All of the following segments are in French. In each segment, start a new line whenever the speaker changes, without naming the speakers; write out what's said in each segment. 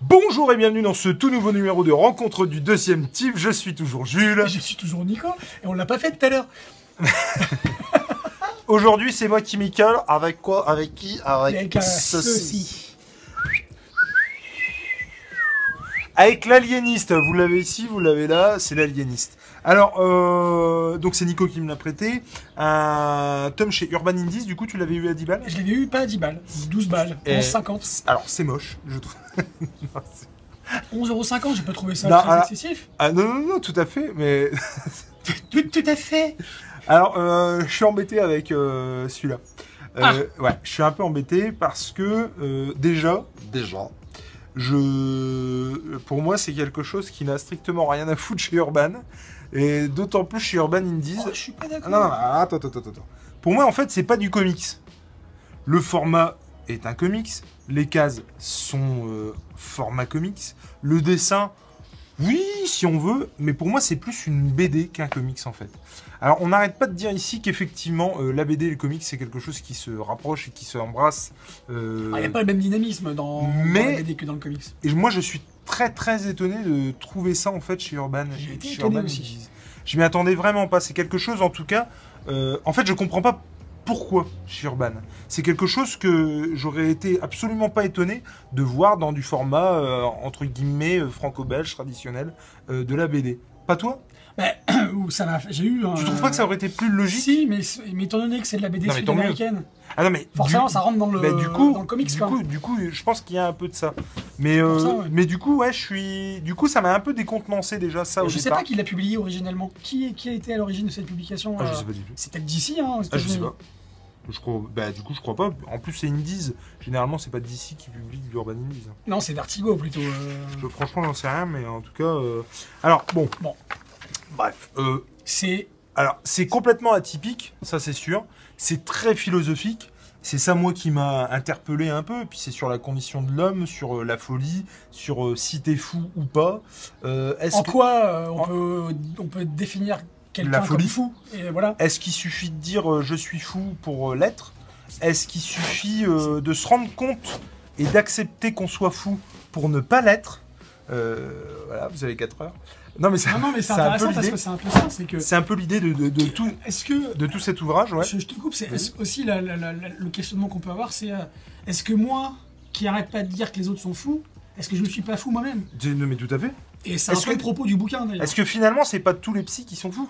Bonjour et bienvenue dans ce tout nouveau numéro de Rencontre du deuxième type. Je suis toujours Jules.
Je suis toujours Nico et on l'a pas fait tout à l'heure.
Aujourd'hui, c'est moi qui m'y cale.
Avec quoi Avec qui Avec,
Avec un
ceci.
ceci.
Avec l'aliéniste. Vous l'avez ici, vous l'avez là. C'est l'aliéniste. Alors, euh, donc c'est Nico qui me l'a prêté. Un tome chez Urban Indies. Du coup, tu l'avais eu à 10 balles.
Je l'avais eu pas à 10 balles, 12 balles,
Et-
11,50.
Alors, c'est moche, je trouve.
11,50€, j'ai pas trouvé ça
Non,
très
alors-
excessif.
Ah non, non, non, tout à fait. Mais
Tout, tout à fait.
Alors, euh, je suis embêté avec euh, celui-là.
Ah.
Euh, Ouais, je suis un peu embêté parce que euh, déjà,
Déjà.
je, pour moi, c'est quelque chose qui n'a strictement rien à foutre chez Urban, et d'autant plus chez Urban Indies.
Oh, je suis pas
Ah,
d'accord.
non, non, attends, attends, attends, attends. Pour moi, en fait, c'est pas du comics. Le format est un comics. Les cases sont euh, format comics. Le dessin, oui, si on veut, mais pour moi, c'est plus une BD qu'un comics, en fait. Alors, on n'arrête pas de dire ici qu'effectivement, euh, la BD et le comics, c'est quelque chose qui se rapproche et qui se embrasse. euh,
Il n'y Ah, a pas le même dynamisme dans,
Mais-
dans la BD que dans le comics.
et moi, je suis très très étonné de trouver ça en fait chez Urban.
J'ai été
Chez
étonné
Urban
aussi.
Indies. Je m'y attendais vraiment pas. C'est quelque chose, en tout cas. euh, en fait, je comprends pas pourquoi chez Urban. C'est quelque chose que j'aurais été absolument pas étonné de voir dans du format euh, entre guillemets euh, franco-belge traditionnel euh, de la BD. Pas toi
Bah, ou ça m'a fait- J'ai eu un.
Tu trouves pas que ça aurait été plus logique
Si, mais, mais étant donné que c'est de la BD
Non, mais tant mieux.
sud-américaine,
Ah non, mais du-
forcément ça rentre dans le,
Bah, du coup,
euh, dans le comics.
du
quoi.
coup, du coup, je pense qu'il y a un peu de ça. Mais
pour
euh,
ça, ouais.
mais du coup, ouais, je suis. Du coup, ça m'a un peu décontenancé déjà ça. au
je sais
départ.
pas qui l'a publié originellement. Qui, est- qui a été à l'origine de cette publication
Ah,
euh,
je sais pas du tout.
C'est peut-être d'ici, hein, aux
Ah, je sais
États-Unis.
pas. Je crois, bah, du coup, je crois pas. En plus, c'est Indies. Généralement, c'est pas d'ici qui publie de l'Urban Indies. hein.
Non, c'est Vertigo plutôt. euh,
Je- franchement, j'en sais rien, mais en tout cas. euh, Alors, bon.
Bon.
Bref. euh,
C'est
alors, c'est complètement atypique, ça c'est sûr. C'est très philosophique. C'est ça, moi, qui m'a interpellé un peu. Puis c'est sur la condition de l'homme, sur euh, la folie, sur euh, si t'es fou ou pas. Euh, Est-ce
En
que-
quoi euh, on,
en-
peut, on peut définir quelqu'un
La folie.
comme fou Et voilà.
Est-ce qu'il suffit de dire euh, je suis fou pour euh, l'être Est-ce qu'il suffit euh, de se rendre compte et d'accepter qu'on soit fou pour ne pas l'être Euh, Voilà, vous avez 4 heures. Non, mais ça-
Non, non, mais c'est
un peu
intéressant parce
l'idée.
que c'est un peu ça, c'est que.
c'est un peu l'idée de, de- de tout,
Est-ce que.
de tout cet ouvrage, ouais.
Je, je te coupe, c'est est-ce aussi la- la- la- la- le questionnement qu'on peut avoir, c'est euh, est-ce que moi, qui arrête pas de dire que les autres sont fous, est-ce que je ne suis pas fou moi-même
Non, mais tout à fait.
Et c'est un
Est-ce
peu le
que-
propos du bouquin d'ailleurs.
Est-ce que finalement, c'est pas tous les psys qui sont fous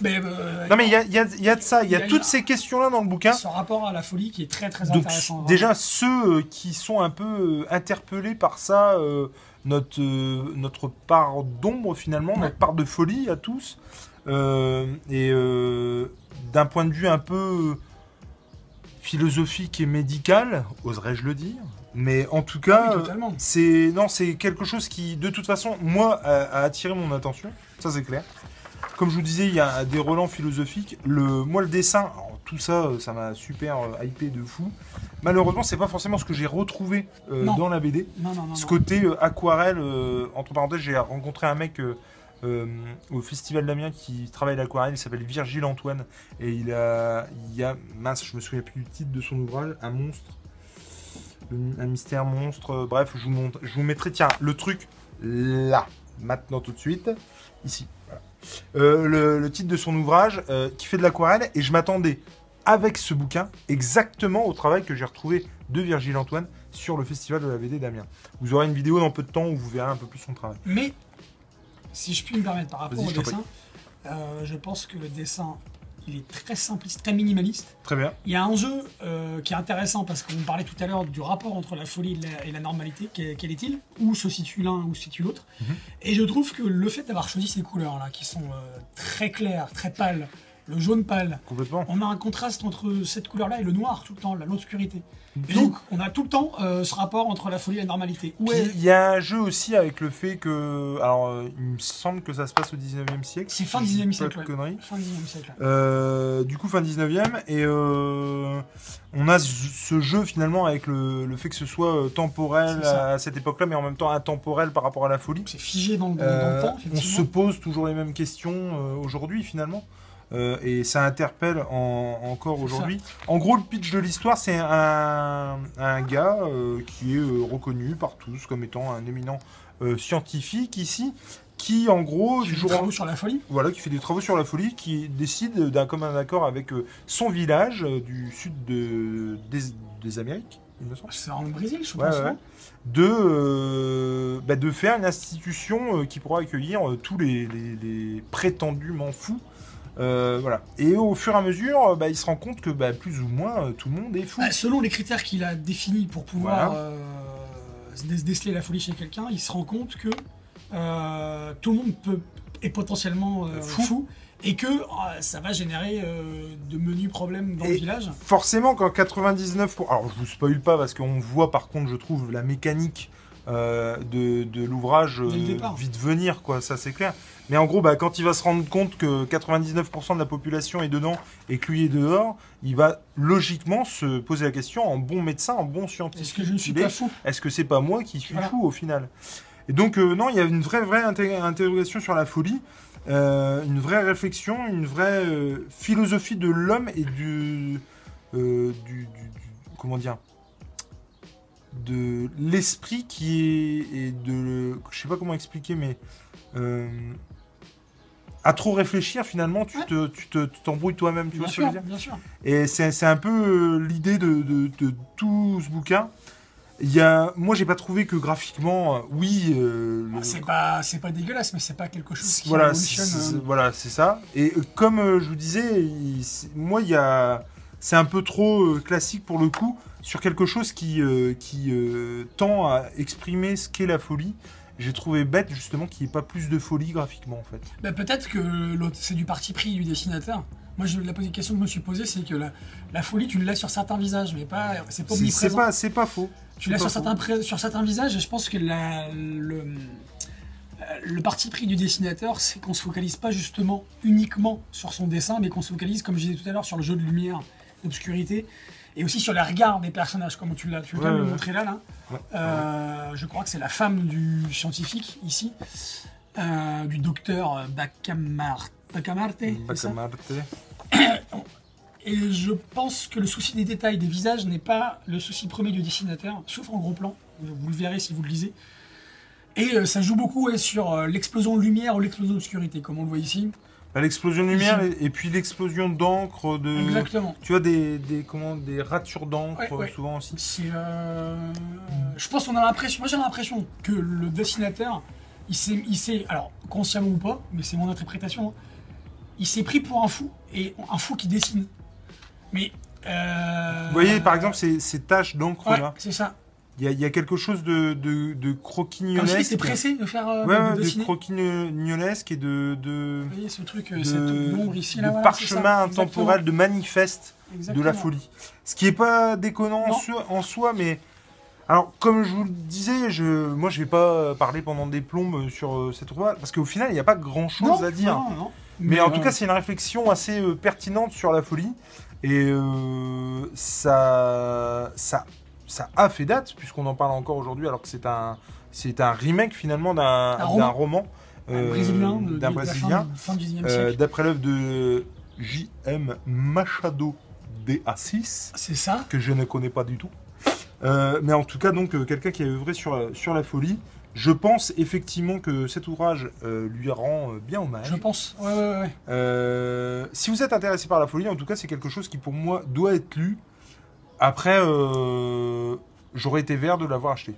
Mais, euh,
Non, mais il y a, il y a- il y a de ça, il y
Il y
a
a
toutes
une-
ces questions-là dans le bouquin.
ce rapport à la folie qui est très très
Donc
intéressant. Ah vraiment.
déjà ceux euh, qui sont un peu euh, interpellés par ça, euh, notre euh, notre part d'ombre finalement,
Ouais.
notre part de folie à tous, euh, et euh, d'un point de vue un peu philosophique et médical, oserais-je le dire, mais en tout
Ah oui,
cas, euh,
totalement.
c'est non, c'est quelque chose qui, de toute façon, moi, a, a attiré mon attention. Ça, c'est clair. Comme je vous disais, il y a des relents philosophiques. Le, moi, le dessin, alors, tout ça, euh, ça m'a super euh, hypé de fou. Malheureusement, c'est pas forcément ce que j'ai retrouvé euh,
Non.
dans la BD.
Non, non, non.
Ce
non.
côté euh, aquarelle, euh, entre parenthèses, j'ai rencontré un mec euh, euh, au Festival d'Amiens qui travaille l'aquarelle, il s'appelle Virgile Antoine. Et il a, il y a, mince, je me souviens plus du titre de son ouvrage, un monstre, le- un mystère monstre, euh, bref, je vous, montre, je vous mettrai, tiens, le truc là, maintenant tout de suite, ici. voilà. Euh, le, le titre de son ouvrage euh, qui fait de l'aquarelle et je m'attendais avec ce bouquin exactement au travail que j'ai retrouvé de Virgile Antoine sur le festival de la BD d'Amiens. Vous aurez une vidéo dans peu de temps où vous verrez un peu plus son travail.
Mais, si je puis me permettre, par rapport
Vas-y,
au
je t'en
dessin, euh, je pense que le dessin, il est très simpliste, très minimaliste.
Très bien.
Il y a un jeu euh, qui est intéressant parce qu'on parlait tout à l'heure du rapport entre la folie et la, et la normalité. Quel, quel est-il Où se situe l'un Où se situe l'autre
Mhm.
Et je trouve que le fait d'avoir choisi ces couleurs là, qui sont euh, très claires, très pâles, le jaune pâle,
Complètement.
on a un contraste entre cette couleur là et le noir tout le temps, la- l'obscurité. Et
Puis-
donc on a tout le temps euh, ce rapport entre la folie et la normalité. Où
puis,
est-
il y a un jeu aussi avec le fait que. Alors, euh, il me semble que ça se passe au 19e siècle.
C'est fin
si je dis
19e
pas de
siècle, ouais.
conneries.
Fin 19e siècle.
Euh, du coup, fin 19e, et euh, on a ce- ce jeu finalement avec le, le fait que ce soit euh, temporel
C'est ça.
à cette époque-là, mais en même temps intemporel par rapport à la folie.
C'est figé dans le, dans le
Euh,
temps,
on se
effectivement.
pose toujours les mêmes questions euh, aujourd'hui finalement. euh, et ça interpelle en- encore aujourd'hui. En gros, le pitch de l'histoire, c'est un, un gars euh, qui est euh, reconnu par tous comme étant un éminent euh, scientifique ici, qui en gros,
Qui
du
fait des
jour au
travaux sur la folie.
voilà, qui fait des travaux sur la folie, qui décide euh, d'un commun accord avec euh, son village euh, du sud de, des, des Amériques, il me semble,
C'est en Brésil, je
Ouais,
pense.
ouais.
non
de, euh, bah, de faire une institution euh, qui pourra accueillir euh, tous les, les- les prétendument fous. Euh, voilà. Et au fur et à mesure, euh, bah, il se rend compte que bah, plus ou moins euh, tout le monde est fou.
Bah, selon les critères qu'il a définis pour pouvoir
Voilà.
euh, se dé- déceler la folie chez quelqu'un, il se rend compte que euh, tout le monde peut, est potentiellement euh,
Fou.
fou. et que euh, ça va générer euh, de menus problèmes dans
Et-
le village.
Forcément qu'en 99%, pour... alors je vous spoil pas parce qu'on voit par contre, je trouve, la mécanique euh, de, de l'ouvrage euh,
Dès le départ.
vite venir, quoi, ça c'est clair. Mais en gros, bah, quand il va se rendre compte que 99% de la population est dedans et que lui est dehors, il va logiquement se poser la question en bon médecin, en bon
Est-ce
scientifique.
que je ne suis
qu'il est,
pas fou
est-ce que c'est pas moi qui suis
Voilà.
fou au final Et donc euh, non, il y a une vraie vraie inté- interrogation sur la folie, euh, une vraie réflexion, une vraie euh, philosophie de l'homme et du, euh, du, du- du- comment dire de l'esprit qui est et de je sais pas comment expliquer mais euh, à trop réfléchir finalement tu
Ouais.
te tu te- tu t'embrouilles toi-même tu
Bien
vois ce que je
sûr,
veux dire
bien sûr.
et c'est c'est un peu euh, l'idée de, de- de tout ce bouquin. Il y a, moi, j'ai pas trouvé que graphiquement, euh, oui, euh, le-
Ah, C'est pas, c'est pas dégueulasse, mais c'est pas quelque chose qui
voilà, c'est-
révolutionne.
c'est-
euh,
voilà, c'est ça. Et euh, comme euh, je vous disais, il- c'est- moi, il y a, c'est un peu trop euh, classique pour le coup sur quelque chose qui euh, qui euh, tend à exprimer ce qu'est la folie. J'ai trouvé bête justement qu'il n'y ait pas plus de folie graphiquement en fait.
Bah, peut-être que l'autre, c'est du parti pris du dessinateur. Moi, je- la question que je me suis posée, c'est que la, la folie, tu l'as sur certains visages, mais pas, c'est
C'est- C'est
pas omniprésent.
pas, c'est pas faux.
Tu l'as
C'est
sur
pas
certains, pré- sur certains visages, et je pense que la- le, euh, le parti pris du dessinateur, c'est qu'on se focalise pas justement uniquement sur son dessin, mais qu'on se focalise, comme je disais tout à l'heure, sur le jeu de lumière, d'obscurité, et aussi sur les regards des personnages, comme tu l'as tu
Ouais,
viens de
ouais,
le
ouais.
montrer là. là.
Ouais.
Euh, Je crois que c'est la femme du scientifique ici, euh, du docteur Bacamarte. Bacamarte, c'est ça
Bacamarte.
et je pense que le souci des détails des visages n'est pas le souci premier du dessinateur, sauf en gros plan. Vous le verrez si vous le lisez. Et euh, ça joue beaucoup ouais, sur euh, l'explosion de lumière ou l'explosion d'obscurité, comme on le voit ici.
Bah, L'explosion de lumière et, et puis l'explosion d'encre de.
Exactement.
Tu as des, des, comment, des ratures d'encre
Ouais, ouais.
souvent aussi.
C'est, euh, Je pense qu'on a l'impression, moi j'ai l'impression que le dessinateur, il s'est, il s'est- alors consciemment ou pas, mais c'est mon interprétation, hein, il s'est pris pour un fou, et un fou qui dessine. Mais... euh,
Vous voyez par exemple ces, ces taches d'encre
ouais,
là,
c'est ça.
il y, a- il y a quelque chose de, de, de
Comme s'il
croquignolesque.
était pressé de faire euh,
Ouais,
de-
ouais,
de
de
dessiner.
croquignolesque et de, de,
Vous voyez ce truc, euh,
de,
cette ombre ici, là,
de
voilà, c'est
parchemin
ça,
intemporel, de manifeste
exactement,
de la folie. Ce qui est pas déconnant en
Non.
soi, en soi, mais. Alors, comme je vous le disais, je, moi je vais pas parler pendant des plombes sur euh, cette roue parce qu'au final il n'y a pas grand
exactement.
chose
Non,
à dire.
non, non.
Mais en tout
euh,
cas, c'est une réflexion assez euh, pertinente sur la folie. Et euh, ça, ça, ça a fait date, puisqu'on en parle encore aujourd'hui, alors que c'est un, c'est un remake finalement d'un
Un
d'un
roman.
roman.
un
euh,
Brésilien, de-
d'un
de la
Brésilien,
fin, fin du 19e
euh,
siècle.
d'après l'œuvre de J.M. Machado de Assis,
C'est ça.
que je ne connais pas du tout. Euh, mais en tout cas, donc, euh, quelqu'un qui a œuvré sur, la- sur la folie. Je pense effectivement que cet ouvrage euh, lui rend euh, bien hommage.
Je pense. Ouais, ouais, ouais.
Euh, si vous êtes intéressé par la folie, en tout cas, c'est quelque chose qui pour moi doit être lu. Après, euh, j'aurais été vert de l'avoir acheté.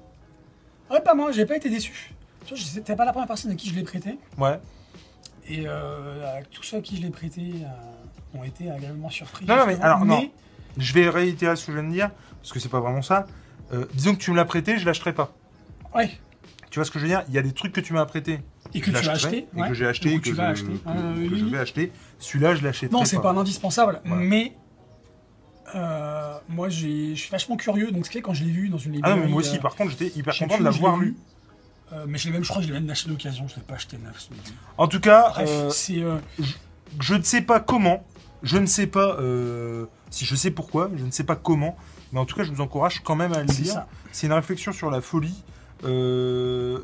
Ouais, pas moi, j'ai pas été déçu. Tu vois, C'était pas la première personne à qui je l'ai prêté.
Ouais.
Et euh, avec tous ceux à qui je l'ai prêté euh, ont été agréablement surpris.
Non, non, mais
justement.
alors, non. Je vais réitérer ce que je viens de dire, parce que c'est pas vraiment ça. Euh, disons que tu me l'as prêté, je l'achèterai pas.
Ouais.
Tu vois ce que je veux dire Il y a des trucs que tu m'as prêté.
Et que
je
tu as
l'achèterai,
acheté.
Et
ouais.
que j'ai acheté.
Ou
et
tu
que
vas
je,
acheter.
que-
Euh,
que je
oui.
vais acheter. Celui-là, je l'achèterai
Non, c'est pas un indispensable,
Voilà.
mais euh, moi j'ai- je suis vachement curieux, donc ce qui est quand je l'ai vu dans une
Ah
librairie.
non, mais moi aussi,
euh,
par contre, j'étais hyper
je sais
content de
plus où je l'ai
l'avoir
vu.
lu.
euh, mais je l'ai même, je crois que je l'ai même acheté d'occasion, je l'ai pas acheté neuf. ce midi.
En tout cas,
Bref,
euh,
c'est. euh,
je ne sais pas comment, je ne sais pas euh, si je sais pourquoi, je ne sais pas comment, mais en tout cas, je vous encourage quand même à le
c'est
lire.
ça.
C'est une réflexion sur la folie, euh,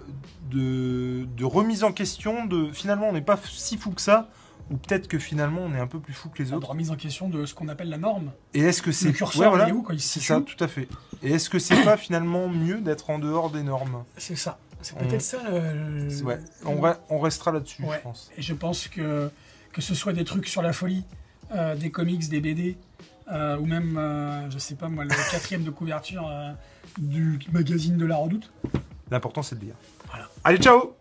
de, de remise en question, de finalement, on n'est pas si fou que ça. Ou peut-être que finalement on est un peu plus fou que les
La
autres.
remise en question de ce qu'on appelle la norme.
Et est-ce que c'est
Ah Le curseur,
Ouais, voilà,
il est où quand il se
c'est
situe
ça, tout à fait. Et est-ce que c'est pas finalement mieux d'être en dehors des normes
C'est ça. C'est
On-
peut-être ça le- le-
Ouais, on, re- on restera là-dessus,
Euh, Ouais.
je pense.
Et je pense que que ce soit des trucs sur la folie, euh, des comics, des BD, euh, ou même, euh, je sais pas moi, le quatrième de couverture euh, du magazine de la Redoute.
L'important c'est de lire.
Voilà.
Allez, ciao